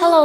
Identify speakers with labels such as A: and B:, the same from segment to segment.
A: Hello，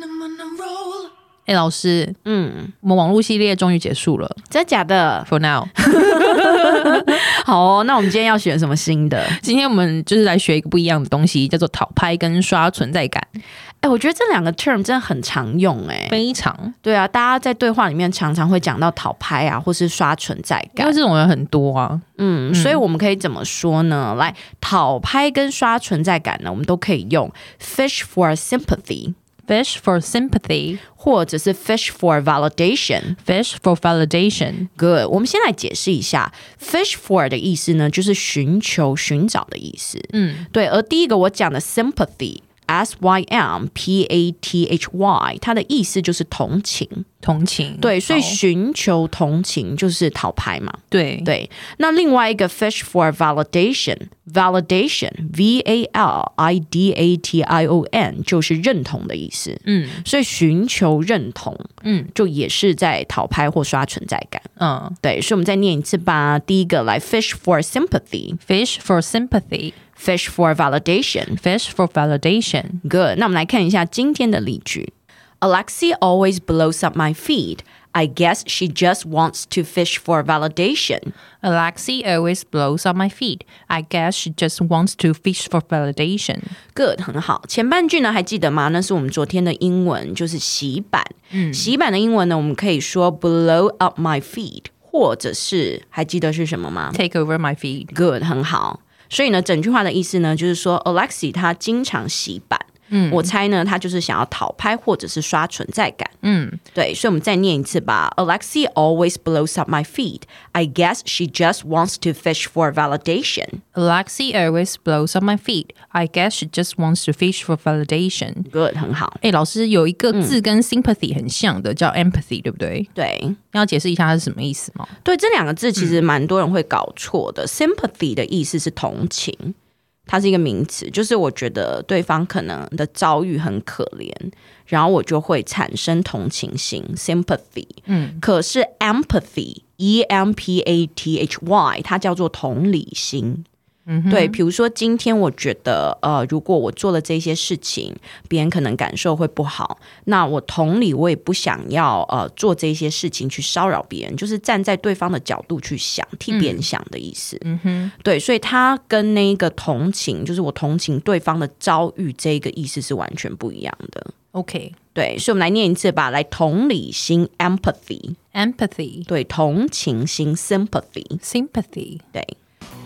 B: 哎、老师，
A: 嗯，
B: 我们网络系列终于结束了
C: 真的假的？
B: ，for now。
C: 好哦，那我们今天要选什么新的？
B: 今天我们就是来学一个不一样的东西，叫做讨拍跟刷存在感，
C: 哎、我觉得这两个 term 真的很常用、哎，
B: 非常，
C: 对啊，大家在对话里面常常会讲到讨拍啊，或是刷存在
B: 因
C: 感
B: 为。这种人很多啊。
C: 嗯，所以我们可以怎么说呢？来，讨拍跟刷存在感呢，我们都可以用 fish for sympathy，
B: Fish for sympathy,
C: 或者是 fish for validation。
B: fish for validation。
C: Good，我们先来解释一下 fish for 的意思呢，就是寻求、寻找的意思。
B: 嗯，
C: 对，而第一个我讲的 sympathy。S Y M P A T H Y，它的意思就是同情，
B: 同情。
C: 对，所以
B: 好
C: 寻求同情就是讨拍嘛，
B: 对
C: 对。那另外一个 fish for validation，validation，V A L I D A T I O N，就是认同的意思，
B: 嗯
C: 所以寻求认同，
B: 嗯，
C: 就也是在讨拍或刷存在感，
B: 嗯
C: 对。所以我们再念一次吧，第一个来 fish for sympathy，fish
B: ，fish for sympathy,
C: for validation。
B: fish for validation。
C: Good. 那我们来看一下今天的例句。Alexi always blows up my feed. I guess she just wants to fish for validation.
B: Alexi always blows up my feet. I guess she just wants to fish for validation.
C: Good，很好。前半句呢，还记得吗？那是我们昨天的英文，就是洗版。嗯，洗版的英文呢，我们可以说 blow up my feed，或者是还记得是什么吗
B: Take over my feed.
C: ？Good，很好。所以呢，整句话的意思呢，就是说 Alexi 她经常洗版。嗯，我猜呢，她就是想要讨拍或者是刷存在感。对，所以我们再念一次吧。Alexi always blows up my feed. I guess she just wants to fish for validation.
B: Alexi always blows up my feet. I guess she just wants to fish for validation.
C: Good，很好。
B: 哎，老师有一个字跟 sympathy 很像的，叫 empathy，对不对？
C: 对
B: 要解释一下它是什么意思吗？
C: 对，这两个字其实蛮多人会搞错的。Sympathy 的意思是同情，它是一个名词，就是我觉得对方可能的遭遇很可怜，然后我就会产生同情心 （sympathy）。嗯，可是 empathy。E M P A T H Y，它叫做同理心。对，比如说今天我觉得，呃，如果我做了这些事情，别人可能感受会不好。那我同理，我也不想要呃做这些事情去骚扰别人，就是站在对方的角度去想，替别人想的意思。嗯哼，对，所以他跟那个同情，就是我同情对方的遭遇，这个意思是完全不一样的。
B: OK，
C: 对，所以我们来念一次吧，来同理心 （empathy），
B: empathy,
C: 对，同情心 （sympathy），
B: sympathy。
C: 对。